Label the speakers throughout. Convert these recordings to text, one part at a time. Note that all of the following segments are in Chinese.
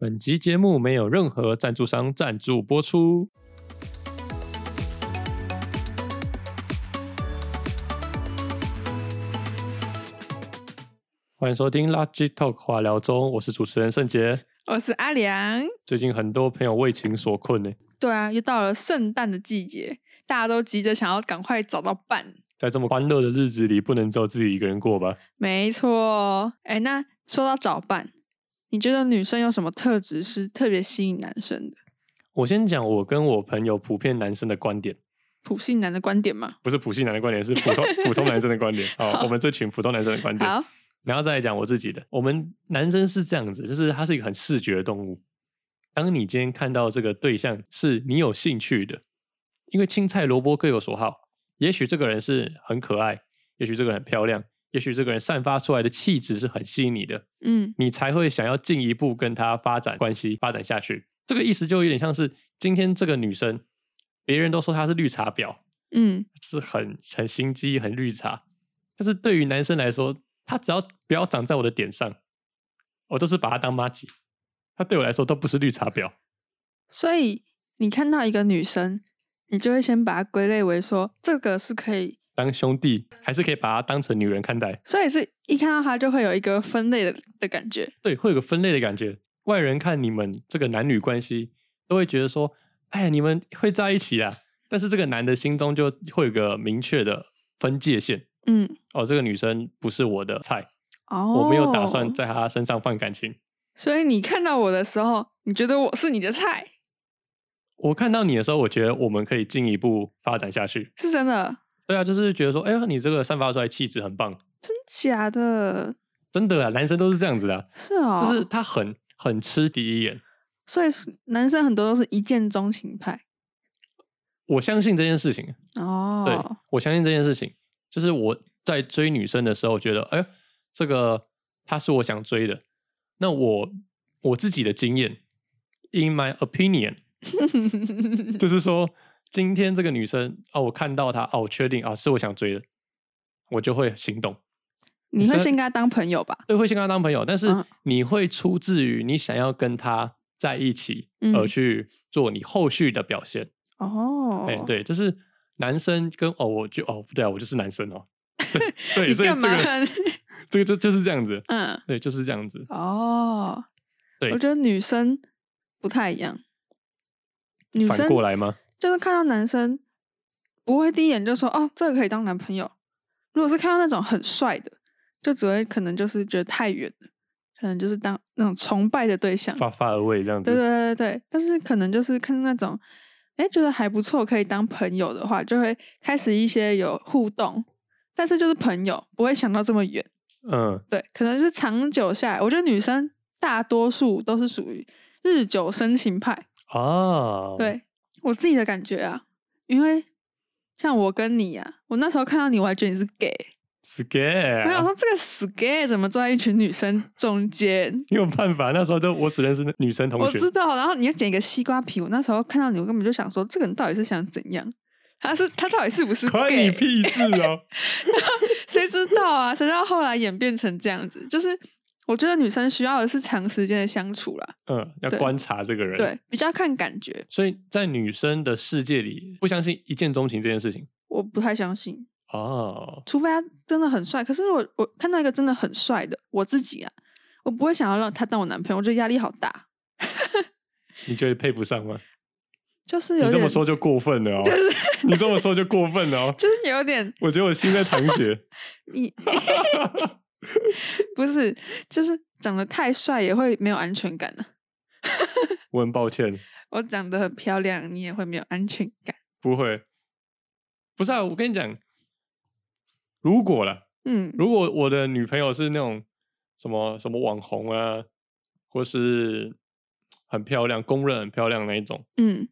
Speaker 1: 本集节目没有任何赞助商赞助播出。欢迎收听《垃圾 Talk 话聊中》，我是主持人盛杰。
Speaker 2: 我是阿良。
Speaker 1: 最近很多朋友为情所困呢，
Speaker 2: 对啊，又到了圣诞的季节，大家都急着想要赶快找到伴。
Speaker 1: 在这么欢乐的日子里，不能只有自己一个人过吧？
Speaker 2: 没错，哎，那说到找伴，你觉得女生有什么特质是特别吸引男生的？
Speaker 1: 我先讲我跟我朋友普遍男生的观点，
Speaker 2: 普信男的观点吗？
Speaker 1: 不是普信男的观点，是普通普通男生的观点。好，
Speaker 2: 好
Speaker 1: 我们这群普通男生的观点。
Speaker 2: 好，
Speaker 1: 然后再来讲我自己的。我们男生是这样子，就是他是一个很视觉的动物。当你今天看到这个对象是你有兴趣的，因为青菜萝卜各有所好，也许这个人是很可爱，也许这个人很漂亮，也许这个人散发出来的气质是很吸引你的，
Speaker 2: 嗯，
Speaker 1: 你才会想要进一步跟他发展关系，发展下去。这个意思就有点像是今天这个女生，别人都说她是绿茶婊，
Speaker 2: 嗯，
Speaker 1: 就是很很心机、很绿茶。但是对于男生来说，他只要不要长在我的点上，我都是把他当妈吉。他对我来说都不是绿茶婊，
Speaker 2: 所以你看到一个女生，你就会先把它归类为说这个是可以，
Speaker 1: 当兄弟还是可以把他当成女人看待。
Speaker 2: 所以是一看到她就会有一个分类的的感觉。
Speaker 1: 对，会有个分类的感觉。外人看你们这个男女关系，都会觉得说：“哎，你们会在一起啊。”但是这个男的心中就会有个明确的分界线。
Speaker 2: 嗯，
Speaker 1: 哦，这个女生不是我的菜，
Speaker 2: 哦，
Speaker 1: 我没有打算。在她身上放感情。
Speaker 2: 所以你看到我的时候，你觉得我是你的菜，
Speaker 1: 我看到你的时候，我觉得我们可以进一步发展下去。
Speaker 2: 是真的。
Speaker 1: 对啊，就是觉得说，哎呀，你这个散发出来气质很棒，
Speaker 2: 真假的？
Speaker 1: 真的啊，男生都是这样子的啊、
Speaker 2: 是哦，
Speaker 1: 就是他很很吃第一眼。
Speaker 2: 所以是男生很多都是一见钟情派
Speaker 1: 我相信这件事情，对、
Speaker 2: 哦。
Speaker 1: 我相信这件事情，就是我在追女生的时候，觉得，哎，这个她是我想追的。那我我自己的经验，in my opinion，就是说，今天这个女生啊，我看到她啊，我确定啊，是我想追的，我就会行动。
Speaker 2: 你
Speaker 1: 是
Speaker 2: 会
Speaker 1: 要
Speaker 2: 先跟他当朋友吧？
Speaker 1: 对，会先跟他当朋友，但是
Speaker 2: 嗯
Speaker 1: 你会出自于你想要跟他在一起，
Speaker 2: 嗯
Speaker 1: 而去做你后续的表现。
Speaker 2: 哦，
Speaker 1: 哎、，对，就是男生跟哦，我就哦，不对啊，我就是男生哦。 对，对
Speaker 2: 你
Speaker 1: 所以
Speaker 2: 干
Speaker 1: 这
Speaker 2: 嘛？
Speaker 1: 个这个就就是这样子，
Speaker 2: 嗯，
Speaker 1: 对，就是这样子。
Speaker 2: 哦，
Speaker 1: 对
Speaker 2: 我觉得女生不太一样，女
Speaker 1: 反
Speaker 2: 生
Speaker 1: 过来吗？
Speaker 2: 就是看到男生不会第一眼就说哦，这个可以当男朋友。如果是看到那种很帅的，就只会可能就是觉得太远了，可能就是当那种崇拜的对象。
Speaker 1: 发发而为这样子。
Speaker 2: 对对对对，但是可能就是看那种，哎，觉得还不错，可以当朋友的话，就会开始一些有互动，但是就是朋友，不会想到这么远。
Speaker 1: 嗯，
Speaker 2: 对，可能是长久下来，我觉得女生大多数都是属于日久生情派。
Speaker 1: 啊，，
Speaker 2: 对我自己的感觉啊，因为像我跟你啊，我那时候看到你，我还觉得你是 gay，
Speaker 1: 是
Speaker 2: 我想
Speaker 1: gay。
Speaker 2: 说这个死 gay 怎么坐在一群女生中间？
Speaker 1: 没有办法，那时候就我只认识那女生同
Speaker 2: 我
Speaker 1: 学，
Speaker 2: 知道，然后你要剪一个西瓜皮，我那时候看到你，我根本就想说，这个人到底是想怎样？他是他到底是不是
Speaker 1: 关你
Speaker 2: gay？
Speaker 1: 屁事哦！
Speaker 2: 谁知道啊？谁知道后来演变成这样子？就是我觉得女生需要的是长时间的相处啦，
Speaker 1: 嗯，要
Speaker 2: 对
Speaker 1: 观察这个人。，
Speaker 2: 对，比较看感觉。
Speaker 1: 所以在女生的世界里，不相信一见钟情这件事情。
Speaker 2: 我不太相信，
Speaker 1: 哦，
Speaker 2: 除非他真的很帅。可是我我看到一个真的很帅的，我自己啊，我不会想要让他当我男朋友，我觉得压力好大，
Speaker 1: 你觉得配不上吗？
Speaker 2: 就是有
Speaker 1: 你
Speaker 2: 点
Speaker 1: 这么说就过分了哦，你这么说就过分 了哦。
Speaker 2: 就是有点
Speaker 1: 我觉得我心在淌血。
Speaker 2: 你不是，就是长得太帅也会没有安全感呢、啊
Speaker 1: 我很抱歉，
Speaker 2: 我长得很漂亮，你也会没有安全感。
Speaker 1: 不会，不是啊。我跟你讲，如果啦，
Speaker 2: 嗯，
Speaker 1: 如果我的女朋友是那种什么什么网红啊，或是很漂亮、公认很漂亮那一种，
Speaker 2: 嗯，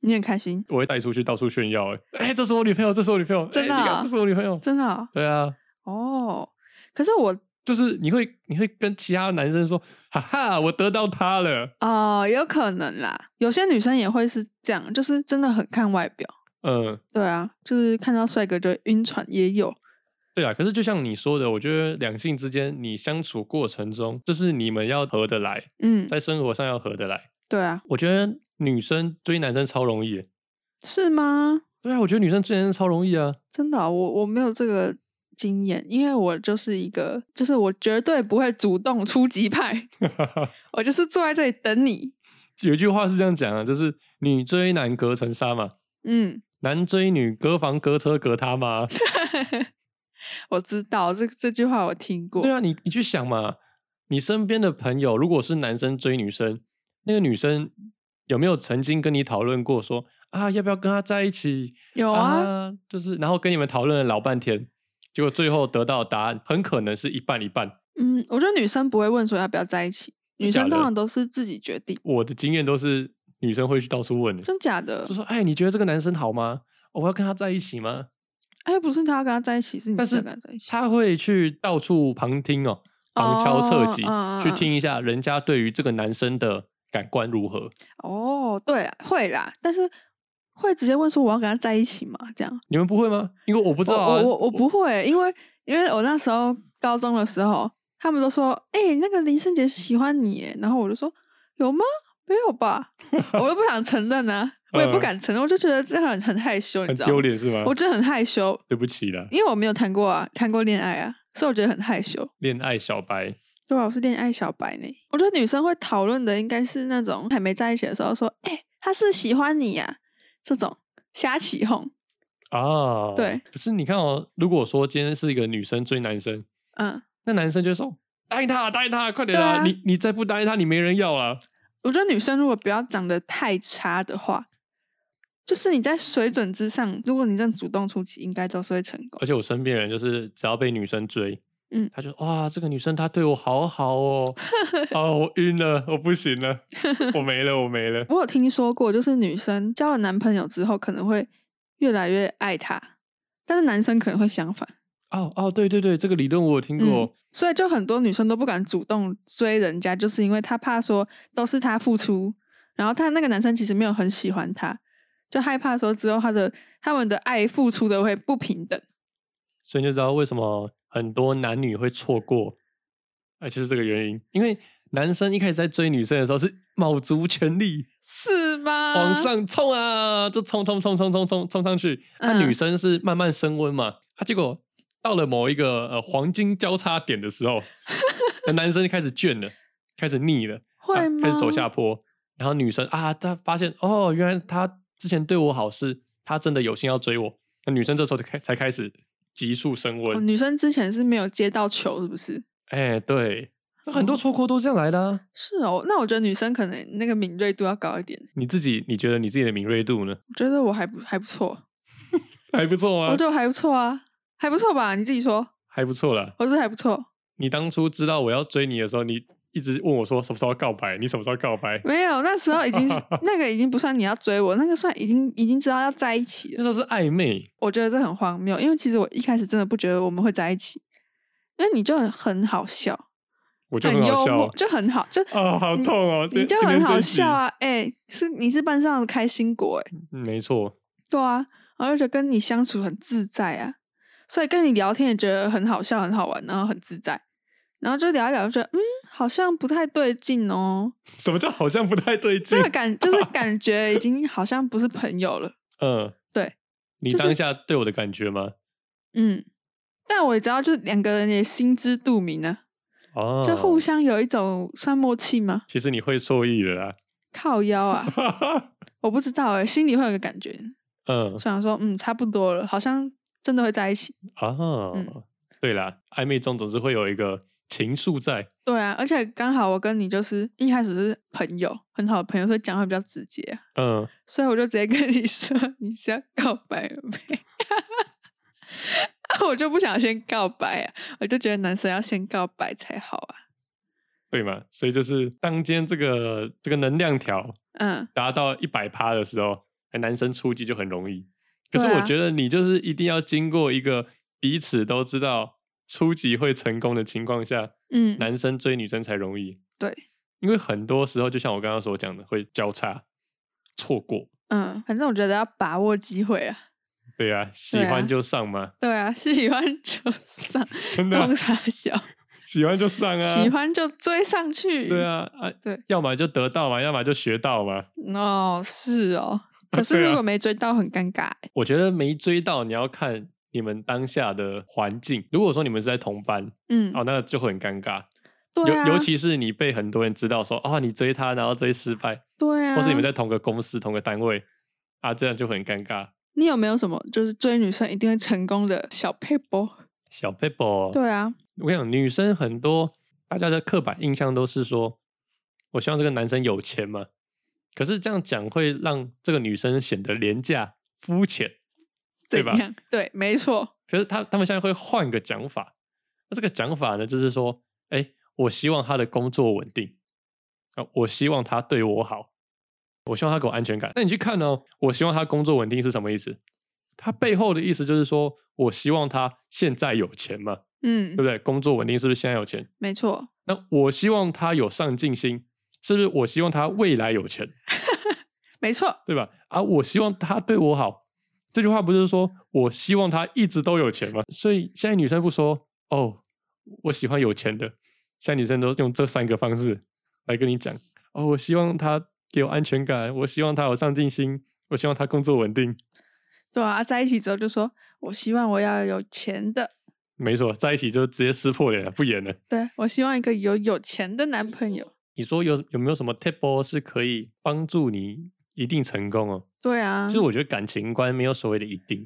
Speaker 2: 你很开心，
Speaker 1: 我会带出去到处炫耀、欸。哎、这是我女朋友，这是我女朋友，哎
Speaker 2: 真的
Speaker 1: 你看
Speaker 2: 啊
Speaker 1: 这是我女朋友。
Speaker 2: 真的哦。
Speaker 1: 对啊，
Speaker 2: 哦可是我
Speaker 1: 就是你会你会跟其他男生说，哈哈，我得到她了。
Speaker 2: 哦，有可能啦。有些女生也会是这样，就是真的很看外表。
Speaker 1: 嗯，
Speaker 2: 对啊，就是看到帅哥就会晕船也有。
Speaker 1: 对啊，可是就像你说的，我觉得两性之间你相处过程中，就是你们要合得来，
Speaker 2: 嗯，
Speaker 1: 在生活上要合得来。
Speaker 2: 对啊，
Speaker 1: 我觉得女生追男生超容易耶，
Speaker 2: 是吗？
Speaker 1: 对啊，我觉得女生追男生超容易啊。
Speaker 2: 真的啊、我我没有这个经验，因为我就是一个，就是我绝对不会主动出击派，我就是坐在这里等你。
Speaker 1: 有一句话是这样讲啊，就是女追男隔层纱嘛，
Speaker 2: 嗯，
Speaker 1: 男追女隔房隔车隔他妈。
Speaker 2: 我知道这这句话我听过。
Speaker 1: 对啊，你你去想嘛，你身边的朋友如果是男生追女生，那个女生有没有曾经跟你讨论过说啊要不要跟他在一起？
Speaker 2: 有啊，
Speaker 1: 就是然后跟你们讨论了老半天，结果最后得到的答案很可能是一半一半。
Speaker 2: 嗯，我觉得女生不会问说要不要在一起，女
Speaker 1: 假
Speaker 2: 生通
Speaker 1: 的
Speaker 2: 常都是自己决定，
Speaker 1: 我的经验都是女生会去到处问的，
Speaker 2: 真假的
Speaker 1: 就？说哎你觉得这个男生好吗？哦我要跟他在一起吗？
Speaker 2: 哎，不是他要跟他在一起，是你
Speaker 1: 但
Speaker 2: 要
Speaker 1: 是
Speaker 2: 跟他在一起。
Speaker 1: 他会去到处旁听哦，旁敲侧击，
Speaker 2: 哦嗯嗯
Speaker 1: 去
Speaker 2: 嗯
Speaker 1: 听一下人家对于这个男生的感官如何。
Speaker 2: 哦，对啦，会啦，但是会直接问说我要跟他在一起吗？这样
Speaker 1: 你们不会吗？因为我不知道啊，
Speaker 2: 哦我我我不会，因为因为我那时候高中的时候，他们都说，哎、那个林圣杰喜欢你耶，然后我就说有吗？没 有吧，我又不想承认啊，我也不
Speaker 1: 嗯
Speaker 2: 敢承认，我就觉得这样很很害羞，你
Speaker 1: 很
Speaker 2: 知道
Speaker 1: 丢
Speaker 2: 吗？
Speaker 1: 脸是吗？
Speaker 2: 我真的很害羞，
Speaker 1: 对不起啦，
Speaker 2: 因为我没有谈过啊，谈过恋爱啊，所以我觉得很害羞。
Speaker 1: 恋爱小白，
Speaker 2: 对啊，我是恋爱小白呢。我觉得女生会讨论的应该是那种还没在一起的时候说，哎、他是喜欢你呀、这种瞎起哄。
Speaker 1: 啊，
Speaker 2: 对。
Speaker 1: 可是你看哦，如果说今天是一个女生追男生，
Speaker 2: 嗯，
Speaker 1: 那男生就会说答应他啊，答应他啊，快点
Speaker 2: 对
Speaker 1: 啦！
Speaker 2: 啊
Speaker 1: 你你再不答应他，你没人要啦。
Speaker 2: 我觉得女生如果不要长得太差的话，就是你在水准之上，如果你这样主动出击，应该都是会成功
Speaker 1: 而。且我身边人就是只要被女生追，
Speaker 2: 嗯
Speaker 1: 他就哇，这个女生她对我好好 哦，啊，我晕了，我不行了，我没了，我没 了。
Speaker 2: 我有听说过，就是女生交了男朋友之后，可能会越来越爱他，但是男生可能会相反。
Speaker 1: 哦哦，对对对，这个理论我有听过。
Speaker 2: 嗯，所以就很多女生都不敢主动追人家，就是因为她怕说都是她付出，然后她那个男生其实没有很喜欢她，就害怕说之后她的他们的爱付出的会不平等。
Speaker 1: 所以你就知道为什么很多男女会错过，哎，就是这个原因。因为男生一开始在追女生的时候是卯足全力
Speaker 2: 是吗？
Speaker 1: 往上冲啊，就冲冲冲冲冲冲冲上去。那、
Speaker 2: 嗯
Speaker 1: 女生是慢慢升温嘛，啊，结果到了某一个呃黄金交叉点的时候， 那男生就开始倦了，开始腻了，
Speaker 2: 会
Speaker 1: 啊
Speaker 2: 吗？
Speaker 1: 开始走下坡。然后女生啊，她发现哦，原来她之前对我好是她真的有心要追我。那女生这时候才开才开始急速升温。
Speaker 2: 哦女生之前是没有接到球，是不是？
Speaker 1: 哎、对，哦这很多错过都是这样来的、啊。
Speaker 2: 是哦，那我觉得女生可能那个敏锐度要高一点。
Speaker 1: 你自己，你觉得你自己的敏锐度呢？
Speaker 2: 我觉得我还不还不错，
Speaker 1: 还不错
Speaker 2: 我
Speaker 1: 啊
Speaker 2: 觉，得我还不错啊，还不错吧？你自己说，
Speaker 1: 还不错啦。
Speaker 2: 我是还不错。
Speaker 1: 你当初知道我要追你的时候，你一直问我说什么时候告白，你什么时候告白？
Speaker 2: 没有，那时候已 经是那个已经不算你要追我，那个算已经已经知道要在一起
Speaker 1: 那
Speaker 2: 了。
Speaker 1: 时候是暧昧，
Speaker 2: 我觉得这很荒谬，因为其实我一开始真的不觉得我们会在一起，因为你就很很好笑，
Speaker 1: 我就很
Speaker 2: 很
Speaker 1: 好
Speaker 2: 幽
Speaker 1: 笑
Speaker 2: 默，就很好，就
Speaker 1: 啊、好痛哦！
Speaker 2: 哎你
Speaker 1: 这
Speaker 2: 就
Speaker 1: 今天
Speaker 2: 很
Speaker 1: 这
Speaker 2: 好
Speaker 1: 一集
Speaker 2: 笑啊！哎、是你是班上的开心果哎、
Speaker 1: 嗯没错，
Speaker 2: 对啊，然后就觉得跟你相处很自在啊，所以跟你聊天也觉得很好笑、很好玩，然后很自在，然后就聊一聊，就觉得嗯，好像不太对劲哦，
Speaker 1: 什么叫好像不太对劲
Speaker 2: 这？个 感就是感觉已经好像不是朋友了。
Speaker 1: 嗯，
Speaker 2: 对。
Speaker 1: 你
Speaker 2: 就是
Speaker 1: 当下对我的感觉吗？
Speaker 2: 嗯，但我也知道，就是两个人也心知肚明啊，
Speaker 1: 哦，
Speaker 2: 就互相有一种算默 契吗？
Speaker 1: 其实你会错意的 啦。，
Speaker 2: 靠腰啊 我不知道哎、心里会有个感觉，
Speaker 1: 嗯
Speaker 2: 想说嗯，差不多了，好像真的会在一起。
Speaker 1: 啊，
Speaker 2: 嗯
Speaker 1: 对啦，暧昧中总是会有一个情愫在。
Speaker 2: 对啊，而且刚好我跟你就是一开始是朋友，很好的朋友，所以讲话比较直接啊、
Speaker 1: 嗯，
Speaker 2: 所以我就直接跟你说你是要告白了没？ 啊我就不想先告白啊，我就觉得男生要先告白才好啊。
Speaker 1: 对嘛？所以就是当今天这个这个能量条
Speaker 2: 嗯，
Speaker 1: 达到一百趴的时候，哎男生出击就很容易。可是
Speaker 2: 对
Speaker 1: 我
Speaker 2: 啊
Speaker 1: 觉得你就是一定要经过一个彼此都知道出击会成功的情况下，
Speaker 2: 嗯
Speaker 1: 男生追女生才容易。
Speaker 2: 对，
Speaker 1: 因为很多时候就像我刚刚所讲的，会交叉错过。
Speaker 2: 嗯，反正我觉得要把握机会啊。
Speaker 1: 对啊，喜
Speaker 2: 对啊
Speaker 1: 欢就上嘛，
Speaker 2: 对啊，喜欢就 上，
Speaker 1: 真的啊
Speaker 2: 动啥小，
Speaker 1: 喜欢就上啊，
Speaker 2: 喜欢就追上去。
Speaker 1: 对，啊啊，
Speaker 2: 对，
Speaker 1: 要么就得到嘛，要么就学到嘛。
Speaker 2: 哦，是哦。可是
Speaker 1: 对啊
Speaker 2: 如果没追到，很尴尬欸。
Speaker 1: 我觉得没追到，你要看你们当下的环境。如果说你们是在同班，
Speaker 2: 嗯，
Speaker 1: 哦，那就会很尴尬。
Speaker 2: 对啊，
Speaker 1: 尤尤其是你被很多人知道说啊、你追他，然后追失败，
Speaker 2: 对啊，
Speaker 1: 或是你们在同个公司、同个单位啊，这样就很尴尬。
Speaker 2: 你有没有什么就是追女生一定会成功的小 paper？
Speaker 1: 小 paper，
Speaker 2: 对啊，
Speaker 1: 我跟你讲，女生很多大家的刻板印象都是说，我希望这个男生有钱嘛。可是这样讲会让这个女生显得廉价、肤浅，对
Speaker 2: 怎
Speaker 1: 吧？
Speaker 2: 样？对，没错，
Speaker 1: 可是他他们现在会换个讲法，那这个讲法呢，就是说，哎，我希望他的工作稳定，啊，我希望他对我好，我希望他给我安全感。那你去看哦，我希望他工作稳定是什么意思？他背后的意思就是说我希望他现在有钱嘛，
Speaker 2: 嗯
Speaker 1: 对不，对？工作稳定是不是现在有钱？
Speaker 2: 没错，
Speaker 1: 那我希望他有上进心，是不是？我希望他未来有钱，
Speaker 2: 没错，
Speaker 1: 对吧？啊，我希望他对我好，这句话不是说我希望他一直都有钱吗？所以现在女生不说哦，我喜欢有钱的，现在女生都用这三个方式来跟你讲哦，我希望他给我安全感，我希望他有上进心，我希望他工作稳定。
Speaker 2: 对啊，在一起之后就说，我希望我要有钱的，
Speaker 1: 没错，在一起就直接撕破脸了，不演了。
Speaker 2: 对我希望一个有有钱的男朋友，
Speaker 1: 你说有有没有什么 tip 哦是可以帮助你一定成功哦？
Speaker 2: 对啊
Speaker 1: 其，实我觉得感情观没有所谓的一定。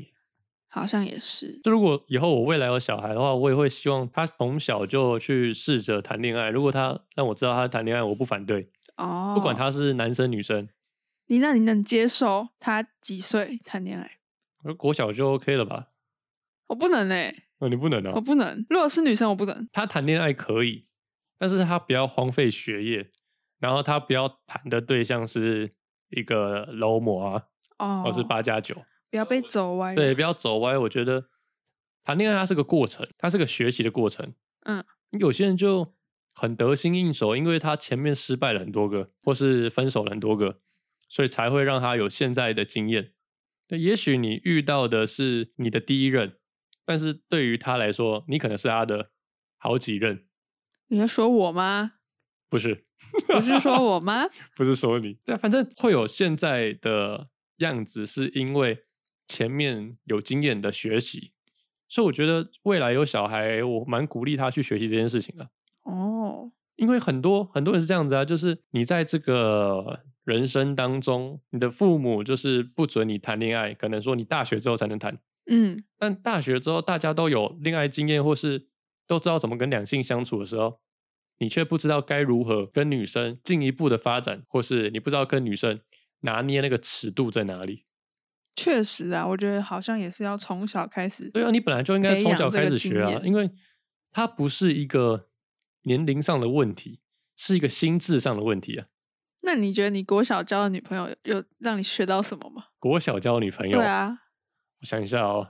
Speaker 2: 好像也是，
Speaker 1: 就如果以后我未来有小孩的话，我也会希望他从小就去试着谈恋爱。如果他让我知道他谈恋爱，我不反对，
Speaker 2: 哦，
Speaker 1: 不管，他是男生女生，
Speaker 2: 你那你能接受他几岁谈恋爱？
Speaker 1: 我说国小就 OK 了吧？
Speaker 2: 我不能欸嘞、
Speaker 1: 哦，你不能
Speaker 2: 我
Speaker 1: 啊！
Speaker 2: 不能。如果是女生，我不能。
Speaker 1: 他谈恋爱可以，但是他不要荒废学业，然后他不要谈的对象是一个楼模啊，
Speaker 2: 哦，
Speaker 1: 或是八加九，
Speaker 2: 不要被走歪。
Speaker 1: 对，，不要走歪。我觉得谈恋爱它是个过程，它是个学习的过程。
Speaker 2: 嗯，
Speaker 1: 有些人就很得心应手，因为他前面失败了很多个，或是分手了很多个，所以才会让他有现在的经验。对，也许你遇到的是你的第一任，但是对于他来说，你可能是他的好几任，
Speaker 2: 你要说 我吗？
Speaker 1: 不是，
Speaker 2: 不是说我吗？
Speaker 1: 不是说你。啊但反正会有现在的样子，是因为前面有经验的学习。所以我觉得未来有小孩，我蛮鼓励他去学习这件事情的，
Speaker 2: 哦，
Speaker 1: 因为很多很多人是这样子啊，就是你在这个人生当中，你的父母就是不准你谈恋爱，可能说你大学之后才能谈，
Speaker 2: 嗯，
Speaker 1: 但大学之后大家都有恋爱经验，或是都知道怎么跟两性相处的时候，你却不知道该如何跟女生进一步的发展，或是你不知道跟女生拿捏那个尺度在哪里。
Speaker 2: 确实啊，我觉得好像也是要从小开始。
Speaker 1: 对啊，你本来就应该
Speaker 2: 培
Speaker 1: 从
Speaker 2: 养
Speaker 1: 小
Speaker 2: 这
Speaker 1: 开
Speaker 2: 个
Speaker 1: 始
Speaker 2: 经
Speaker 1: 学啊，
Speaker 2: 验
Speaker 1: 因为它不是一个年龄上的问题，是一个心智上的问题啊。
Speaker 2: 那你觉得你国小交的女朋友有有让你学到什么吗？
Speaker 1: 国小交女朋友，
Speaker 2: 对啊，
Speaker 1: 我想一下哦，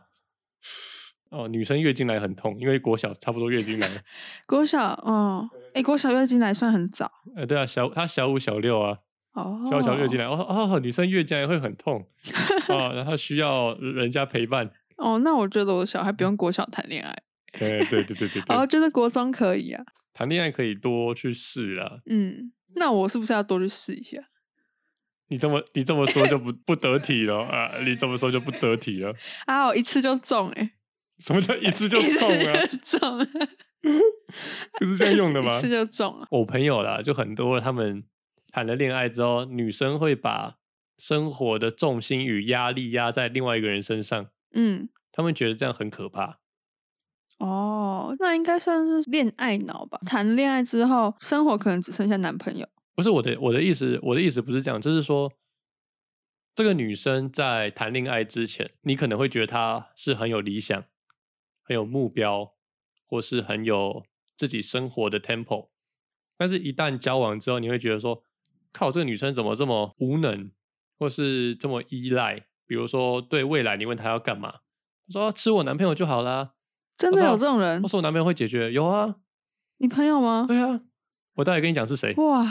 Speaker 1: 哦，女生月经来很痛，因为国小差不多月经来了，
Speaker 2: 国小哦，哎，国小月经来算很早
Speaker 1: 呃，对啊，小她小五小六啊，
Speaker 2: 哦，
Speaker 1: 小小月经来，哦哦，女生月经来会很痛啊，然后需要人家陪 伴。
Speaker 2: 哦，那我觉得我的小孩不用国小谈恋爱，
Speaker 1: 哎对对对对对对，
Speaker 2: 哦，觉得国中可以啊。
Speaker 1: 谈恋爱可以多去试啦。
Speaker 2: 嗯，那我是不是要多去试一下？
Speaker 1: 你这么你这么说就 不不得体了啊！你这么说就不得体了。
Speaker 2: 啊，我一次就中哎、
Speaker 1: 什么叫一次就
Speaker 2: 一次
Speaker 1: 中啊？
Speaker 2: 就中啊，
Speaker 1: 不是这样用的吗
Speaker 2: 一？次就中啊。
Speaker 1: 我朋友啦，就很多他们谈了恋爱之后，女生会把生活的重心与压力压在另外一个人身上，
Speaker 2: 嗯，
Speaker 1: 他们觉得这样很可怕。
Speaker 2: 哦，那应该算是恋爱脑吧？谈恋爱之后，生活可能只剩下男朋友。
Speaker 1: 不是我的我的意思，我的意思不是这样，就是说，这个女生在谈恋爱之前，你可能会觉得她是很有理想、很有目标，或是很有自己生活的 tempo，但是一旦交往之后，你会觉得说，靠，这个女生怎么这么无能，或是这么依赖？比如说，对未来，你问她要干嘛，她说、啊吃我男朋友就好啦。
Speaker 2: 真
Speaker 1: 我
Speaker 2: 的
Speaker 1: 说
Speaker 2: 有这种人
Speaker 1: 我？说我男朋友会解决，有啊，
Speaker 2: 你朋友吗？
Speaker 1: 对啊，我待会跟你讲是谁。
Speaker 2: 哇，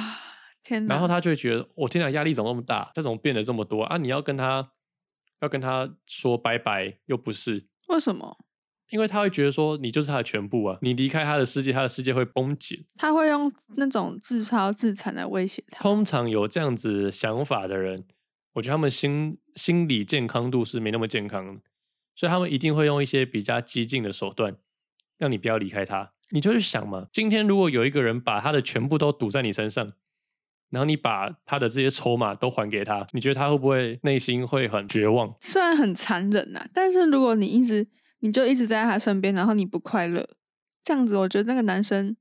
Speaker 2: 天哪！
Speaker 1: 啊然后他就会觉得，我、天哪，压力怎么那么大？他怎么变得这么多啊？你要跟他要跟他说拜拜，又不是，
Speaker 2: 为什么
Speaker 1: 因为他会觉得说你就是他的全部啊，你离开他的世界，他的世界会崩解。
Speaker 2: 他会用那种自嘲自残来威胁他？
Speaker 1: 通常有这样子想法的人，我觉得他们心心理健康度是没那么健康的，所以他们一定会用一些比较激进的手段，让你不要离开他。你就去想嘛，今天如果有一个人把他的全部都赌在你身上，然后你把他的这些筹码都还给他，你觉得他会不会内心会很绝望？
Speaker 2: 虽然很残忍呐、但是如果你一直你就一直在他身边，然后你不快乐，这样子，我觉得那个男生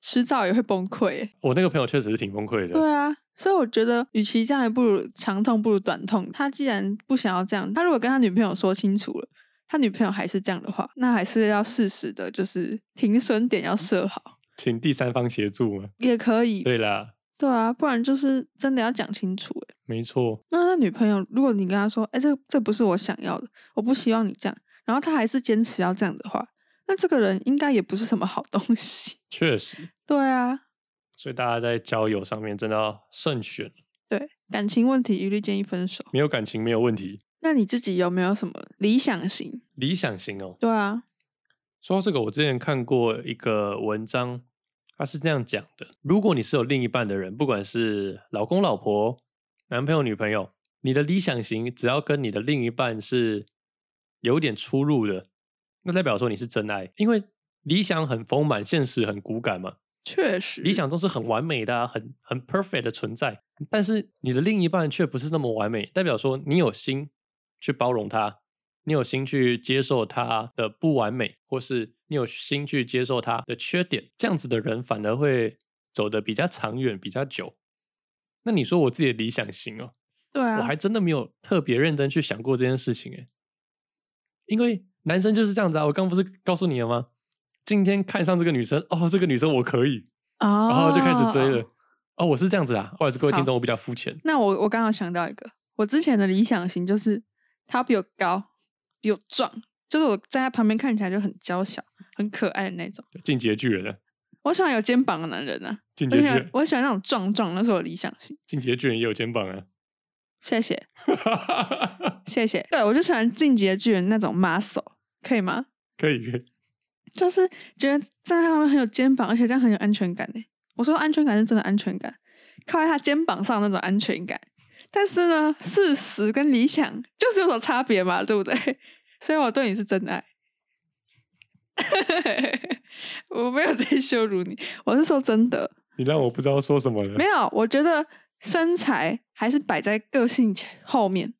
Speaker 2: 迟早也会崩溃欸、
Speaker 1: 我那个朋友确实是挺崩溃的。
Speaker 2: 对啊，所以我觉得，与其这样，还不如长痛不如短痛。他既然不想要这样，他如果跟他女朋友说清楚了，他女朋友还是这样的话，那还是要适时的，就是停损点要设好，
Speaker 1: 请第三方协助嘛。
Speaker 2: 也可以。
Speaker 1: 对啦，
Speaker 2: 对啊，不然就是真的要讲清楚、欸。
Speaker 1: 没错，
Speaker 2: 那他女朋友，如果你跟他说，哎、这这不是我想要的，我不希望你这样，然后他还是坚持要这样的话，那这个人应该也不是什么好东西。
Speaker 1: 确实。
Speaker 2: 对啊，
Speaker 1: 所以大家在交友上面真的要慎选，
Speaker 2: 对，感情问题一律建议分手。
Speaker 1: 没有感情没有问题。
Speaker 2: 那你自己有没有什么理想型？
Speaker 1: 理想型哦，
Speaker 2: 对啊，
Speaker 1: 说到这个，我之前看过一个文章，他是这样讲的：如果你是有另一半的人，不管是老公、老婆、男朋友、女朋友，你的理想型只要跟你的另一半是有点出入的，那代表说你是真爱，因为理想很丰满，现实很骨感嘛。
Speaker 2: 确实，
Speaker 1: 理想中是很完美的、啊，很很 perfect 的存在，但是你的另一半却不是那么完美，代表说你有心去包容他，你有心去接受他的不完美，或是你有心去接受他的缺点，这样子的人反而会走得比较长远、比较久。那你说我自己的理想型哦，
Speaker 2: 对啊，
Speaker 1: 我还真的没有特别认真去想过这件事情诶，因为男生就是这样子啊，我刚不是告诉你了吗？今天看上这个女生，哦，这个女生我可以，
Speaker 2: 哦，
Speaker 1: 然后就开始追了。。哦，我是这样子啊，不好意思，各位听众，我比较肤浅。
Speaker 2: 那我我刚好想到一个，我之前的理想型就是他比我高，比我壮，就是我在他旁边看起来就很娇小、很可爱的那种。
Speaker 1: 进阶巨人啊，
Speaker 2: 我喜欢有肩膀的男人啊，
Speaker 1: 进
Speaker 2: 我
Speaker 1: 阶
Speaker 2: 喜
Speaker 1: 巨
Speaker 2: 欢
Speaker 1: 人，
Speaker 2: 我喜欢那种壮壮，那是我的理想型。
Speaker 1: 进阶巨人也有肩膀啊。
Speaker 2: 谢谢谢谢，对我就喜欢进阶巨人那种 muscle，可以吗？
Speaker 1: 可以，可以，
Speaker 2: 就是觉得站在他们很有肩膀，而且这样很有安全感呢。我说安全感是真的安全感，靠在他肩膀上那种安全感。但是呢，事实跟理想就是有所差别嘛，对不对？ 所以我对你是真爱。 我没有在羞辱你，我是说真的。
Speaker 1: 你让我不知道说什么了
Speaker 2: 没。有，我觉得身材还是摆在个性前后面。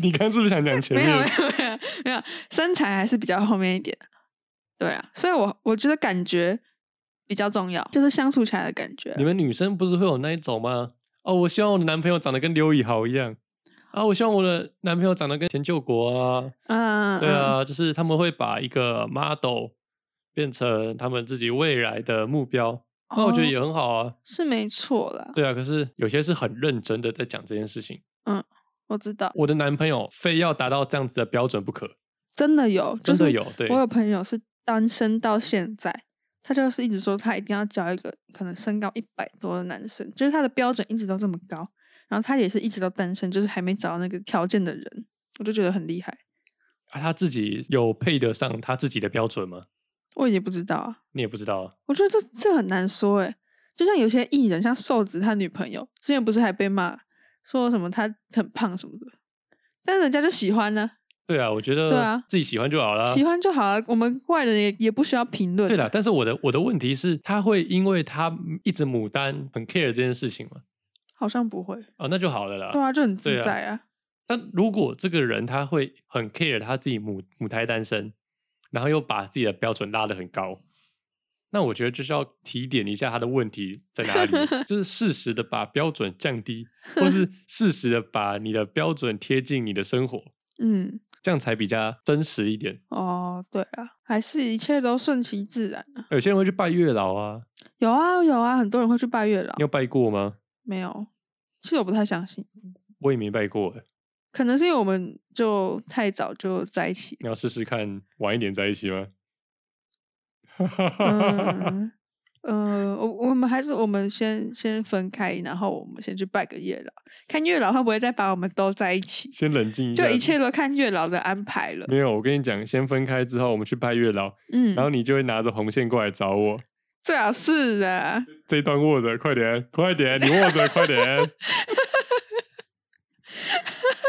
Speaker 1: 你刚刚是不是想讲前
Speaker 2: 没有没
Speaker 1: 面？
Speaker 2: 有没有没有，身材还是比较后面一点的。对啊，所以我我觉得感觉比较重要，就是相处起来的感觉
Speaker 1: 你。们女生不是会有那一种吗？哦，我希望我的男朋友长得跟刘以豪一样。啊，我希望我的男朋友长得跟钱救国啊。
Speaker 2: 嗯，
Speaker 1: 对
Speaker 2: 嗯，
Speaker 1: 啊，就是他们会把一个 model 变成他们自己未来的目标，那我觉得
Speaker 2: 哦
Speaker 1: 也很好啊。
Speaker 2: 是没错啦。
Speaker 1: 对啊，可是有些是很认真的在讲这件事情。
Speaker 2: 我知道，
Speaker 1: 我的男朋友非要达到这样子的标准不可，
Speaker 2: 真的有，就
Speaker 1: 真的
Speaker 2: 是
Speaker 1: 有。对，
Speaker 2: 我有朋友是单身到现在，他就是一直说他一定要交一个可能身高一百多的男生，就是他的标准一直都这么高，然后他也是一直都单身，就是还没找到那个条件的人，我就觉得很厉害。
Speaker 1: 啊、他自己有配得上他自己的标准吗？
Speaker 2: 我也不知道啊，
Speaker 1: 你也不知道啊。
Speaker 2: 我觉得这这很难说诶、就像有些艺人，像瘦子他女朋友之前不是还被骂说什么他很胖什么的，但人家就喜欢呢、
Speaker 1: 对啊，我觉
Speaker 2: 对啊
Speaker 1: 得自己喜欢就好了。
Speaker 2: 喜欢就好了、我们外人也也不需要评论。
Speaker 1: 对啦，，但是我的我的问题是，他会因为他一直牡丹很 care 这件事情吗？
Speaker 2: 好像不会，
Speaker 1: 啊，那就好了啦。
Speaker 2: 对啊，就很自
Speaker 1: 对啊
Speaker 2: 在啊。
Speaker 1: 但如果这个人他会很 care 他自己母母胎单身，然后又把自己的标准拉得很高，那我觉得就是要提点一下他的问题在哪里， 就是适时的把标准降低，或是适时的把你的标准贴近你的生活，
Speaker 2: 嗯，
Speaker 1: 这样才比较真实一点。
Speaker 2: 哦，对啊，还是一切都顺其自然啊。
Speaker 1: 有些人会去拜月老啊，
Speaker 2: 有啊有啊，很多人会去拜月老
Speaker 1: 你，有拜过吗？
Speaker 2: 没有？其实我不太相信，
Speaker 1: 我也没拜过、欸，
Speaker 2: 可能是因为我们就太早就在一起了。
Speaker 1: 你要试试看晚一点在一起吗？
Speaker 2: 嗯，呃，我我们还是我们先先分开，然后我们先去拜个月老，看月老会不会再把我们都在一起，
Speaker 1: 先冷静一下
Speaker 2: 就
Speaker 1: 子，
Speaker 2: 一切都看月老的安排了。
Speaker 1: 没有。我跟你讲，先分开之后，我们去拜月老，
Speaker 2: 嗯，
Speaker 1: 然后你就会拿着红线过来找我。
Speaker 2: 最好是的，
Speaker 1: 这一段握着，快点，快点，你握着， 快点。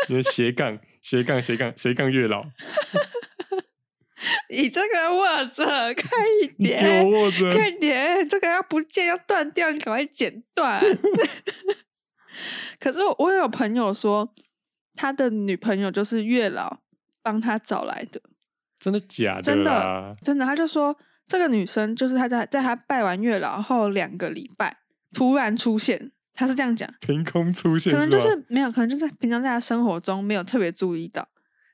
Speaker 1: 你的斜杠，斜杠，斜杠，斜杠 月老，
Speaker 2: 你这个握着，快一
Speaker 1: 你嗯给我
Speaker 2: 点，
Speaker 1: 握着。
Speaker 2: 快点，这个要不见要断掉，你赶快剪 断。 可是我我有朋友说，他的女朋友就是月老帮他找来的。
Speaker 1: 真的假的？
Speaker 2: 真的
Speaker 1: 啦？
Speaker 2: 真的，他就说这个女生就是她在在她拜完月老后两个礼拜突然出现，她是这样讲，
Speaker 1: 凭空出现
Speaker 2: 可能就
Speaker 1: 吗
Speaker 2: 是没有，可能就是平常在她生活中没有特别注意到，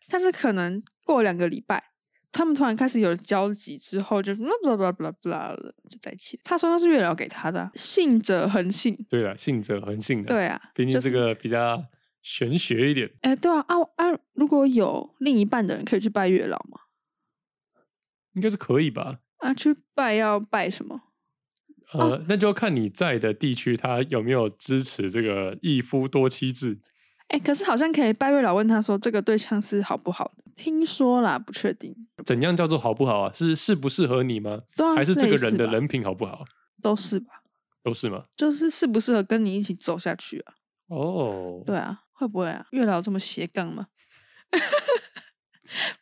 Speaker 2: 但是可能过两个礼拜，他们突然开始有了交集之后，就 blah blah blah blah blah 了就在一起了。他说那是月老给他的啊、信者恒信，
Speaker 1: 对了，信者恒信的。，
Speaker 2: 对啊，
Speaker 1: 毕竟
Speaker 2: 就
Speaker 1: 这
Speaker 2: 是
Speaker 1: 个比较玄学一点。
Speaker 2: 哎、对啊，啊啊，如果有另一半的人可以去拜月老吗？
Speaker 1: 应该是可以吧？
Speaker 2: 啊，去拜要拜什么？
Speaker 1: 呃，
Speaker 2: 哦
Speaker 1: 那就要看你在的地区，他有没有支持这个一夫多妻制。
Speaker 2: 哎、可是好像可以拜月老问他说这个对象是好不好的？听说啦，不确定。
Speaker 1: 怎样叫做好不好啊？是适不适合你吗？
Speaker 2: 对啊，
Speaker 1: 还是这个
Speaker 2: 类似
Speaker 1: 人的
Speaker 2: 吧
Speaker 1: 人品好不好？
Speaker 2: 都是吧？
Speaker 1: 都是吗？
Speaker 2: 就是适不适合跟你一起走下去啊？
Speaker 1: 哦，
Speaker 2: 对啊，会不会啊？月老这么斜杠吗？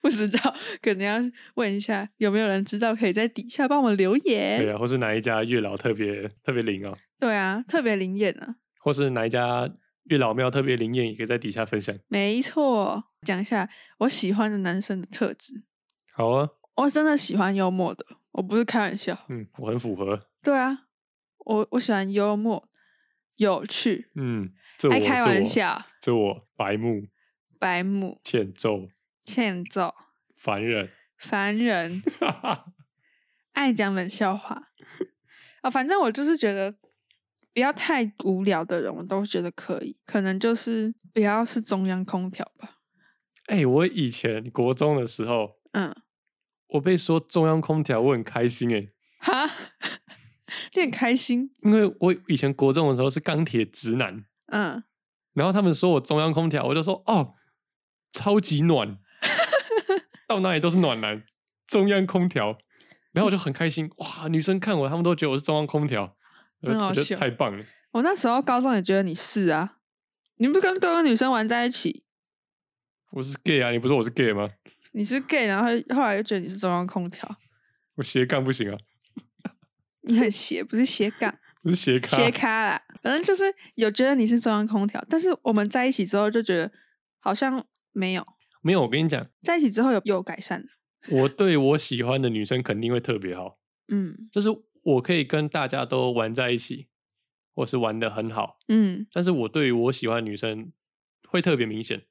Speaker 2: 不知道，可能要问一下有没有人知道，可以在底下帮我们留言。
Speaker 1: 对啊，或是哪一家月老特别特别灵哦，
Speaker 2: 对啊，特别灵验啊，
Speaker 1: 或是哪一家月老庙特别灵验，也可以在底下分享。
Speaker 2: 没错。讲一下我喜欢的男生的特质，
Speaker 1: 好啊，
Speaker 2: 我真的喜欢幽默的，我不是开玩笑。
Speaker 1: 嗯，我很符合，
Speaker 2: 对啊，我我喜欢幽默、有趣，
Speaker 1: 嗯，这我
Speaker 2: 爱开
Speaker 1: 这
Speaker 2: 玩
Speaker 1: 我
Speaker 2: 笑，
Speaker 1: 这我白目、
Speaker 2: 白目、
Speaker 1: 欠揍、
Speaker 2: 欠揍、
Speaker 1: 烦人，
Speaker 2: 烦人，
Speaker 1: 哈哈，
Speaker 2: 爱讲冷笑话。啊、反正我就是觉得不要太无聊的人，我都觉得可以。可能就是不要是中央空调吧。
Speaker 1: 哎、我以前国中的时候，
Speaker 2: 嗯，
Speaker 1: 我被说中央空调，我很开心哎、
Speaker 2: 哈， 你很开心。
Speaker 1: 因为我以前国中的时候是钢铁直男，
Speaker 2: 嗯，
Speaker 1: 然后他们说我中央空调，我就说哦，超级 暖，到哪里都是暖男，中央空调，然后我就很开心，哇，女生看我，他们都觉得我是中央空调，我
Speaker 2: 很好
Speaker 1: 我觉得
Speaker 2: 笑
Speaker 1: 太棒了，
Speaker 2: 我那时候高中也觉得你是啊，你不是跟各个女生玩在一起，
Speaker 1: 我是 gay 啊，你不说我是 gay 吗？
Speaker 2: 你是 gay，然后后来又觉得你是中央空调，
Speaker 1: 我斜杠不行啊，
Speaker 2: 你很斜，不是斜杠。
Speaker 1: 我是斜咖，
Speaker 2: 斜开啦，反正就是有觉得你是中央空调，但是我们在一起之后就觉得好像没有，
Speaker 1: 没有，我跟你讲，
Speaker 2: 在一起之后有有改善的，
Speaker 1: 我对我喜欢的女生肯定会特别好，
Speaker 2: 嗯
Speaker 1: 就是我可以跟大家都玩在一起，或是玩的很好，
Speaker 2: 嗯
Speaker 1: 但是我对于我喜欢的女生会特别明显，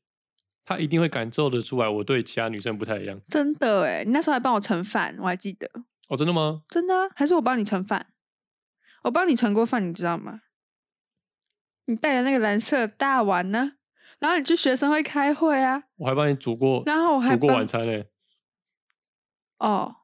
Speaker 1: 她一定会感受得出来我对其他女生不太一样。
Speaker 2: 真的哎，你那时候还帮我盛饭，我还记得，
Speaker 1: 哦，真的吗？
Speaker 2: 真的啊、还是我帮你盛饭，我帮你盛过饭，你知道吗？你带的那个蓝色大碗呢、然后你去学生会开会啊，
Speaker 1: 我还帮你煮过，
Speaker 2: 然后我还
Speaker 1: 煮过
Speaker 2: 帮
Speaker 1: 晚餐嘞、
Speaker 2: 哦，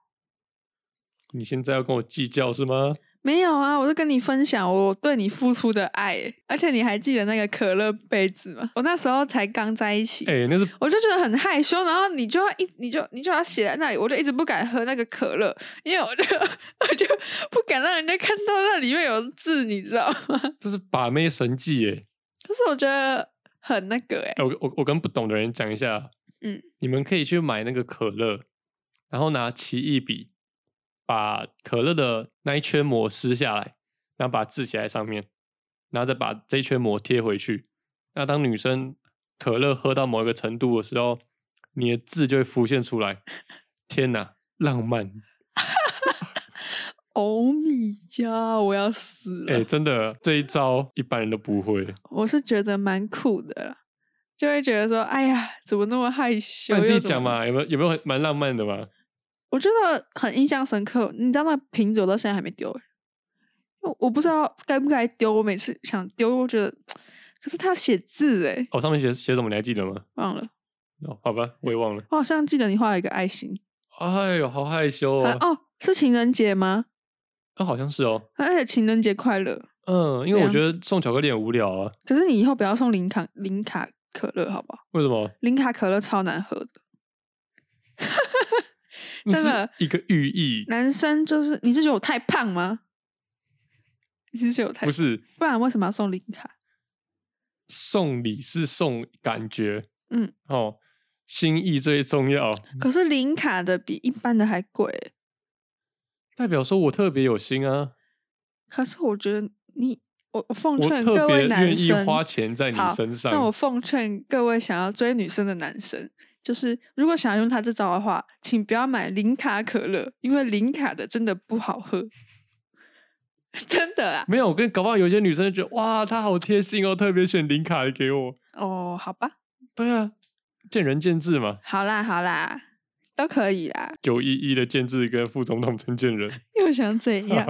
Speaker 1: 你现在要跟我计较是吗？
Speaker 2: 没有啊，我是跟你分享我对你付出的爱欸，而且你还记得那个可乐杯子吗？我那时候才刚在一起，
Speaker 1: 哎、那是
Speaker 2: 我就觉得很害羞，然后你就要一你就你就要写在那里，我就一直不敢喝那个可乐，因为我就我就不敢让人家看到那里面有字，你知道 吗？
Speaker 1: 这是把妹神技耶、
Speaker 2: 可是我觉得很那个哎、
Speaker 1: 哎、我我我跟不懂的人讲一下，
Speaker 2: 嗯，
Speaker 1: 你们可以去买那个可乐，然后拿奇异笔把可乐的那一圈膜撕下来，然后把字写在上面，然后再把这一圈膜贴回去。那当女生可乐喝到某一个程度的时候，你的字就会浮现出 来。天哪，浪漫！
Speaker 2: 欧米伽，我要死了！
Speaker 1: 哎、真的这一招一般人都不会。
Speaker 2: 我是觉得蛮酷的啦，就会觉得说，哎呀，怎么那么害羞？
Speaker 1: 那你自
Speaker 2: 又
Speaker 1: 己
Speaker 2: 怎
Speaker 1: 讲
Speaker 2: 么
Speaker 1: 嘛，有没有有没有很蛮浪漫的嘛？
Speaker 2: 我真的很印象深刻。你知道那个瓶子我到现在还没丢、欸，我我不知道该不该丢。我每次想丢，我觉得，可是他写字哎、
Speaker 1: 哦，上面写写什么你还记得吗？
Speaker 2: 忘了。
Speaker 1: 哦，好吧，我也忘了。
Speaker 2: 我好像记得你画了一个爱心，
Speaker 1: 哎呦，好害羞
Speaker 2: 啊
Speaker 1: 哦！
Speaker 2: 哦，是情人节吗？
Speaker 1: 啊，好像是哦，
Speaker 2: 而且情人节快乐。
Speaker 1: 嗯，因为
Speaker 2: 这
Speaker 1: 我
Speaker 2: 样
Speaker 1: 觉得送巧克力很无聊啊，
Speaker 2: 可是你以后不要送零卡零卡可乐，好不好？
Speaker 1: 为什么？
Speaker 2: 零卡可乐超难喝的。
Speaker 1: 那
Speaker 2: 真的
Speaker 1: 是一个寓意，
Speaker 2: 男生就是，你是觉得我太胖吗？你是觉得我太
Speaker 1: 不是
Speaker 2: 不然为什么要送零卡？
Speaker 1: 送礼是送感觉，
Speaker 2: 嗯，
Speaker 1: 哦，心意最重要，
Speaker 2: 可是零卡的比一般的还贵欸、
Speaker 1: 代表说我特别有心啊，
Speaker 2: 可是我觉得你，我我奉
Speaker 1: 我
Speaker 2: 劝
Speaker 1: 特
Speaker 2: 各
Speaker 1: 别
Speaker 2: 位
Speaker 1: 愿
Speaker 2: 男
Speaker 1: 意
Speaker 2: 生，
Speaker 1: 花钱在你
Speaker 2: 好
Speaker 1: 身上。
Speaker 2: 那我奉劝各位想要追女生的男生，就是如果想要用他这招的话，请不要买零卡可乐，因为零卡的真的不好喝， 真的啊。
Speaker 1: 没有，我跟搞不好有些女生就觉得哇，她好贴心哦，特别选零卡来给我。
Speaker 2: 哦，好吧，
Speaker 1: 对啊，见仁见智嘛，
Speaker 2: 好啦，好啦，都可以啦。
Speaker 1: 九一一的建制跟副总统陈建仁。
Speaker 2: 又想 怎样？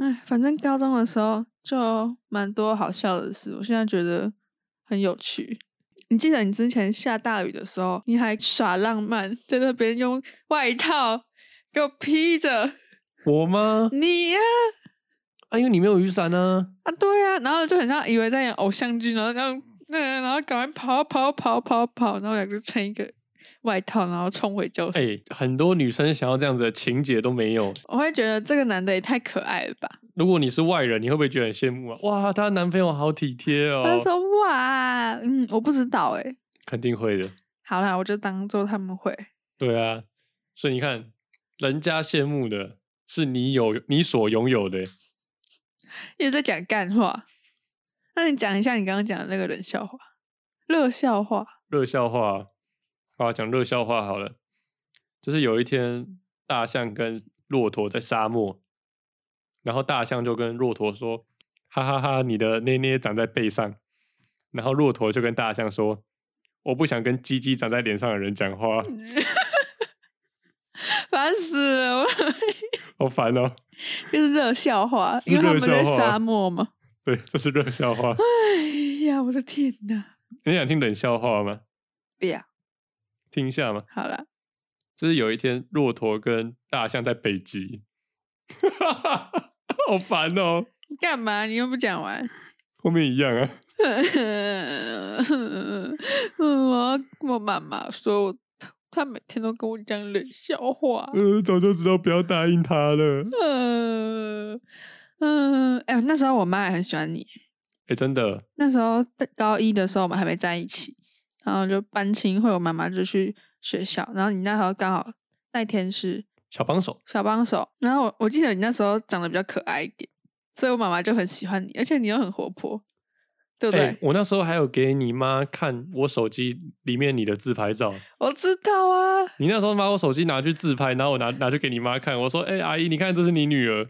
Speaker 2: 哎，反正高中的时候就蛮多好笑的事，我现在觉得很有趣。你记得你之前下大雨的时候，你还耍浪漫，在那边用外套给我披着，
Speaker 1: 我吗？
Speaker 2: 你呀
Speaker 1: 啊，因为你没有雨伞啊。
Speaker 2: 啊对呀、然后就很像以为在演偶像剧，然后这样，那个然后赶快跑跑跑跑跑，然后两个穿一个外套，然后冲回教室。
Speaker 1: 哎、很多女生想要这样子的情节都没有。
Speaker 2: 我会觉得这个男的也太可爱了吧？
Speaker 1: 如果你是外人，你会不会觉得很羡慕啊？哇，她男朋友好体贴
Speaker 2: 他
Speaker 1: 哦，
Speaker 2: 说哇，嗯，我不知道哎、
Speaker 1: 肯定会的。
Speaker 2: 好啦，我就当做他们会。
Speaker 1: 对啊，所以你看，人家羡慕的是你有你所拥有的。
Speaker 2: 又在讲干话。那你讲一下你刚刚讲的那个冷笑话，热笑话。
Speaker 1: 热笑话，好讲热笑话好了。就是有一天，大象跟骆驼在沙漠，然后大象就跟骆驼说：“哈哈哈你的捏捏长在背上。”然后骆驼就跟大象说：“我不想跟鸡鸡长在脸上的人讲话，
Speaker 2: 烦死了！我
Speaker 1: 好烦哦。
Speaker 2: 就是热笑话，
Speaker 1: 是
Speaker 2: 因为他
Speaker 1: 热
Speaker 2: 们在
Speaker 1: 笑话
Speaker 2: 沙漠嘛。”
Speaker 1: 对，这是热笑话。
Speaker 2: 哎呀，我的天哪！
Speaker 1: 你想听冷笑话吗？
Speaker 2: 不要，
Speaker 1: 听一下嘛。
Speaker 2: 好了，
Speaker 1: 就是有一天，骆驼跟大象在北极， 好烦哦。
Speaker 2: 你干嘛？你又不讲完。
Speaker 1: 后面一样啊。
Speaker 2: 嗯，我要跟我妈妈说我，她每天都跟我讲冷笑话。
Speaker 1: 呃，早就知道不要答应他了。
Speaker 2: 嗯嗯，哎、那时候我妈也很喜欢你。
Speaker 1: 哎、真的，
Speaker 2: 那时候在高一的时候，我们还没在一起，然后就班亲会，我妈妈就去学校，然后你那时候刚好带天师
Speaker 1: 小帮手，
Speaker 2: 小帮手，然后我我记得你那时候长得比较可爱一点，所以我妈妈就很喜欢你，而且你又很活泼，对不对？
Speaker 1: 欸我那时候还有给你妈看我手机里面你的自拍照，
Speaker 2: 我知道啊，
Speaker 1: 你那时候把我手机拿去自拍，然后我拿拿去给你妈看，我说：“哎、阿姨，你看这是你女儿。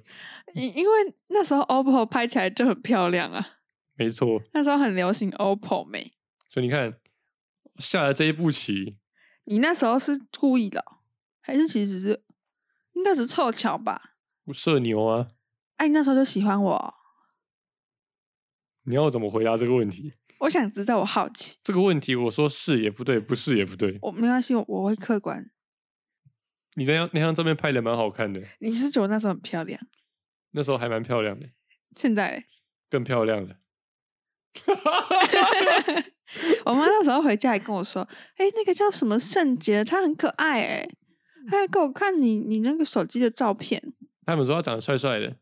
Speaker 2: 因因为那时候 OPPO 拍起来就很漂亮啊，”
Speaker 1: 没错，
Speaker 2: 那时候很流行 OPPO 美，
Speaker 1: 所以你看下了这一步棋，
Speaker 2: 你那时候是故意的哦、还是其实是应该只是凑巧吧？
Speaker 1: 社牛啊，
Speaker 2: 哎、你那时候就喜欢我哦、
Speaker 1: 你要我怎么回答这个问题？
Speaker 2: 我想知道，我好奇。
Speaker 1: 这个问题我说是也不对，不是也不对。
Speaker 2: 我没关系，我我会客观。
Speaker 1: 你那张那张照片拍的蛮好看的，
Speaker 2: 你是觉得我那时候很漂亮，
Speaker 1: 那时候还蛮漂亮的，
Speaker 2: 现在嘞
Speaker 1: 更漂亮了。
Speaker 2: 我妈那时候回家还跟我说：“哎、那个叫什么圣杰，她很可爱哎、
Speaker 1: 嗯
Speaker 2: 她还给我看你你那个手机的照片，
Speaker 1: 他们说他长得帅帅的，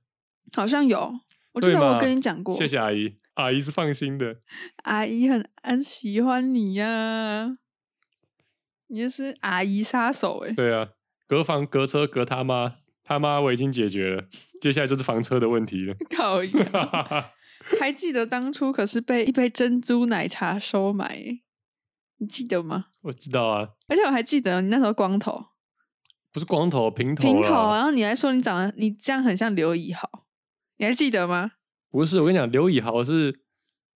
Speaker 2: 好像有，我记
Speaker 1: 对
Speaker 2: 得我
Speaker 1: 嘛
Speaker 2: 跟你讲过。
Speaker 1: 谢谢阿姨，阿姨是放心的。
Speaker 2: 阿姨很很喜欢你呀、你就是阿姨杀手哎、
Speaker 1: 对啊，隔房隔车隔他妈，他妈我已经解决了，接下来就是房车的问题了。
Speaker 2: 靠腰！还记得当初可是被一杯珍珠奶茶收买欸、你记得吗？
Speaker 1: 我知道啊，
Speaker 2: 而且我还记得你那时候光头。
Speaker 1: 不是光头平头
Speaker 2: 平
Speaker 1: 啦
Speaker 2: 头，啊然后你还说你长得你这样很像刘以豪，你还记得吗？
Speaker 1: 不是我跟你讲，刘以豪是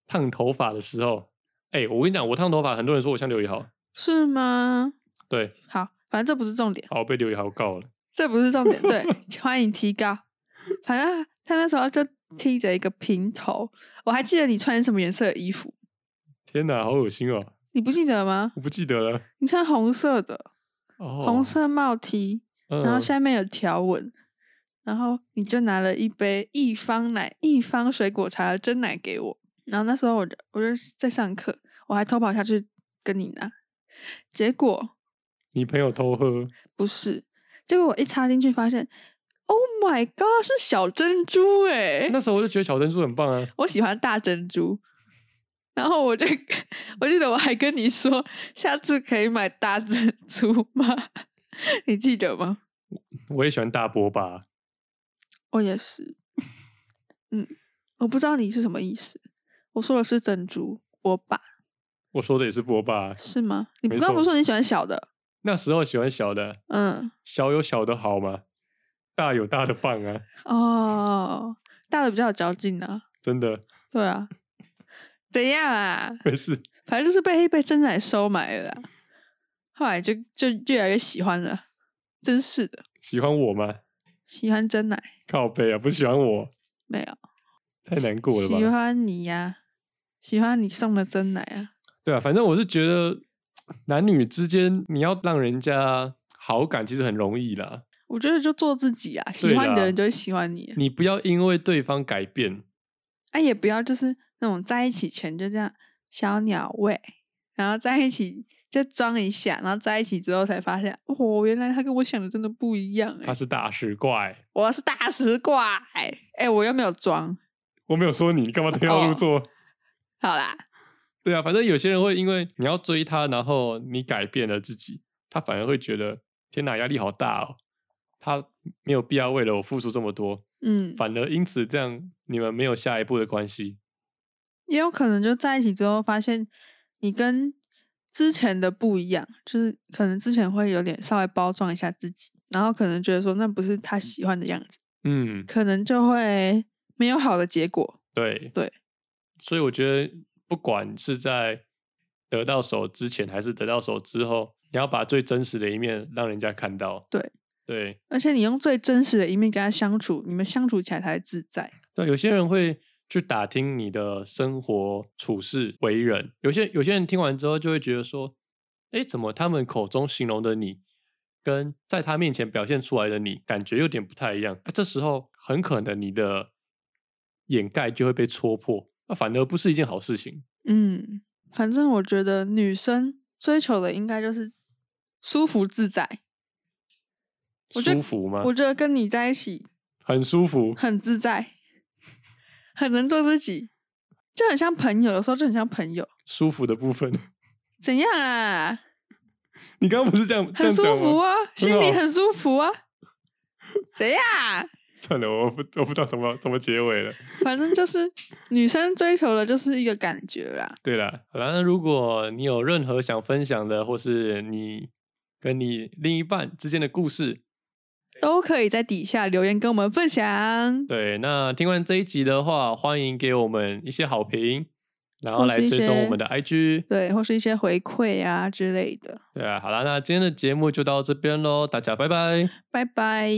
Speaker 1: 烫头发的时候，哎、我跟你讲，我烫头发，很多人说我像刘以豪，
Speaker 2: 是吗？
Speaker 1: 对，
Speaker 2: 好，反正这不是重点，
Speaker 1: 好我被刘以豪告了，
Speaker 2: 这不是重点。对，欢迎提高。反正他那时候就剃着一个平头，我还记得你穿什么颜色的衣服，
Speaker 1: 天哪，好恶心哦，
Speaker 2: 你不记得吗？
Speaker 1: 我不记得了，
Speaker 2: 你穿红色的，
Speaker 1: 哦，
Speaker 2: 红，色帽 T，
Speaker 1: 嗯、
Speaker 2: 然后下面有条纹，然后你就拿了一杯一方奶一方水果茶的真奶给我，然后那时候我就我就在上课，我还偷跑下去跟你拿，结果
Speaker 1: 你朋友偷喝，
Speaker 2: 不是，结果我一插进去发现，Oh my god，是小珍珠哎、
Speaker 1: 那时候我就觉得小珍珠很棒啊，
Speaker 2: 我喜欢大珍珠。然后我就，我记得我还跟你说，下次可以买大珍珠吗？ 你记得吗？
Speaker 1: 我也喜欢大波霸。
Speaker 2: 我哦也是。 嗯，我不知道你是什么意思。我说的是珍珠波霸
Speaker 1: 我说的也是波霸，
Speaker 2: 是吗？你
Speaker 1: 没
Speaker 2: 刚刚不是
Speaker 1: 错
Speaker 2: 说你喜欢小的？
Speaker 1: 那时候喜欢小的，
Speaker 2: 嗯，
Speaker 1: 小有小的好嘛，大有大的棒啊，
Speaker 2: 哦，大的比较有嚼劲啊。
Speaker 1: 真的
Speaker 2: 对啊，怎样啊？
Speaker 1: 没事。
Speaker 2: 反正就是被被真奶收买了啦后来就就越来越喜欢了，真是的，
Speaker 1: 喜欢我吗？
Speaker 2: 喜欢真奶
Speaker 1: 靠背啊，不喜欢我，
Speaker 2: 没有？
Speaker 1: 太难过了
Speaker 2: 喜
Speaker 1: 吧？
Speaker 2: 欢你呀、喜欢你送的真奶啊，
Speaker 1: 对啊，反正我是觉得男女之间你要让人家好感其实很容易啦，
Speaker 2: 我觉得就做自己啊，喜
Speaker 1: 对
Speaker 2: 欢你的
Speaker 1: 啦
Speaker 2: 人就会喜欢你啊，
Speaker 1: 你不要因为对方改变，
Speaker 2: 哎、也不要就是那种在一起前就这样小鸟胃，然后在一起就装一下，然后在一起之后才发现，哦，原来他跟我想的真的不一样、
Speaker 1: 他
Speaker 2: 欸，
Speaker 1: 是大使怪。
Speaker 2: 我是大食怪，哎、我又没有装，
Speaker 1: 我没有说你，你
Speaker 2: 哦
Speaker 1: 干嘛对号入座？
Speaker 2: 好啦，
Speaker 1: 对啊，反正有些人会因为你要追他，然后你改变了自己，他反而会觉得天哪，压力好大哦。他没有必要为了我付出这么多，
Speaker 2: 嗯。
Speaker 1: 反而因此这样你们没有下一步的关系。
Speaker 2: 也有可能就在一起之后发现你跟之前的不一样，就是可能之前会有点稍微包装一下自己，然后可能觉得说那不是他喜欢的样子，
Speaker 1: 嗯，
Speaker 2: 可能就会没有好的结果。
Speaker 1: 对
Speaker 2: 对，
Speaker 1: 所以我觉得不管是在得到手之前还是得到手之后，你要把最真实的一面让人家看到。
Speaker 2: 对
Speaker 1: 对，
Speaker 2: 而且你用最真实的一面跟他相处，你们相处起来才自在。
Speaker 1: 对，有些人会去打听你的生活处事为人，有些有些人听完之后就会觉得说，哎，怎么他们口中形容的你，跟在他面前表现出来的你，感觉有点不太一样。啊、这时候很可能你的掩盖就会被戳破，那、反而不是一件好事情。
Speaker 2: 嗯，反正我觉得女生追求的应该就是舒服自在。我觉得
Speaker 1: 舒服吗？
Speaker 2: 我觉得跟你在一起
Speaker 1: 很舒服，
Speaker 2: 很自在，很能做自己，就很像朋友，有时候就很像朋友。
Speaker 1: 舒服的部分。
Speaker 2: 怎样啊？
Speaker 1: 你刚刚不是这样这
Speaker 2: 很
Speaker 1: 样
Speaker 2: 舒
Speaker 1: 讲
Speaker 2: 服
Speaker 1: 吗？
Speaker 2: 啊，
Speaker 1: 真
Speaker 2: 心
Speaker 1: 的
Speaker 2: 里
Speaker 1: 哦
Speaker 2: 很舒服啊。怎样啊？
Speaker 1: 算了，我不我不知道怎么怎么结尾了。
Speaker 2: 反正就是女生追求的就是一个感觉啦。
Speaker 1: 对啦，反正如果你有任何想分享的，或是你跟你另一半之间的故事，
Speaker 2: 都可以在底下留言跟我们分享，
Speaker 1: 对，那听完这一集的话，欢迎给我们一些好评，然后
Speaker 2: 或
Speaker 1: 来
Speaker 2: 是一
Speaker 1: 追踪
Speaker 2: 些
Speaker 1: 我们的 IG。
Speaker 2: 对，或是一些回馈啊之类的。
Speaker 1: 对啊，好啦，那今天的节目就到这边喽，大家拜拜。
Speaker 2: 拜拜。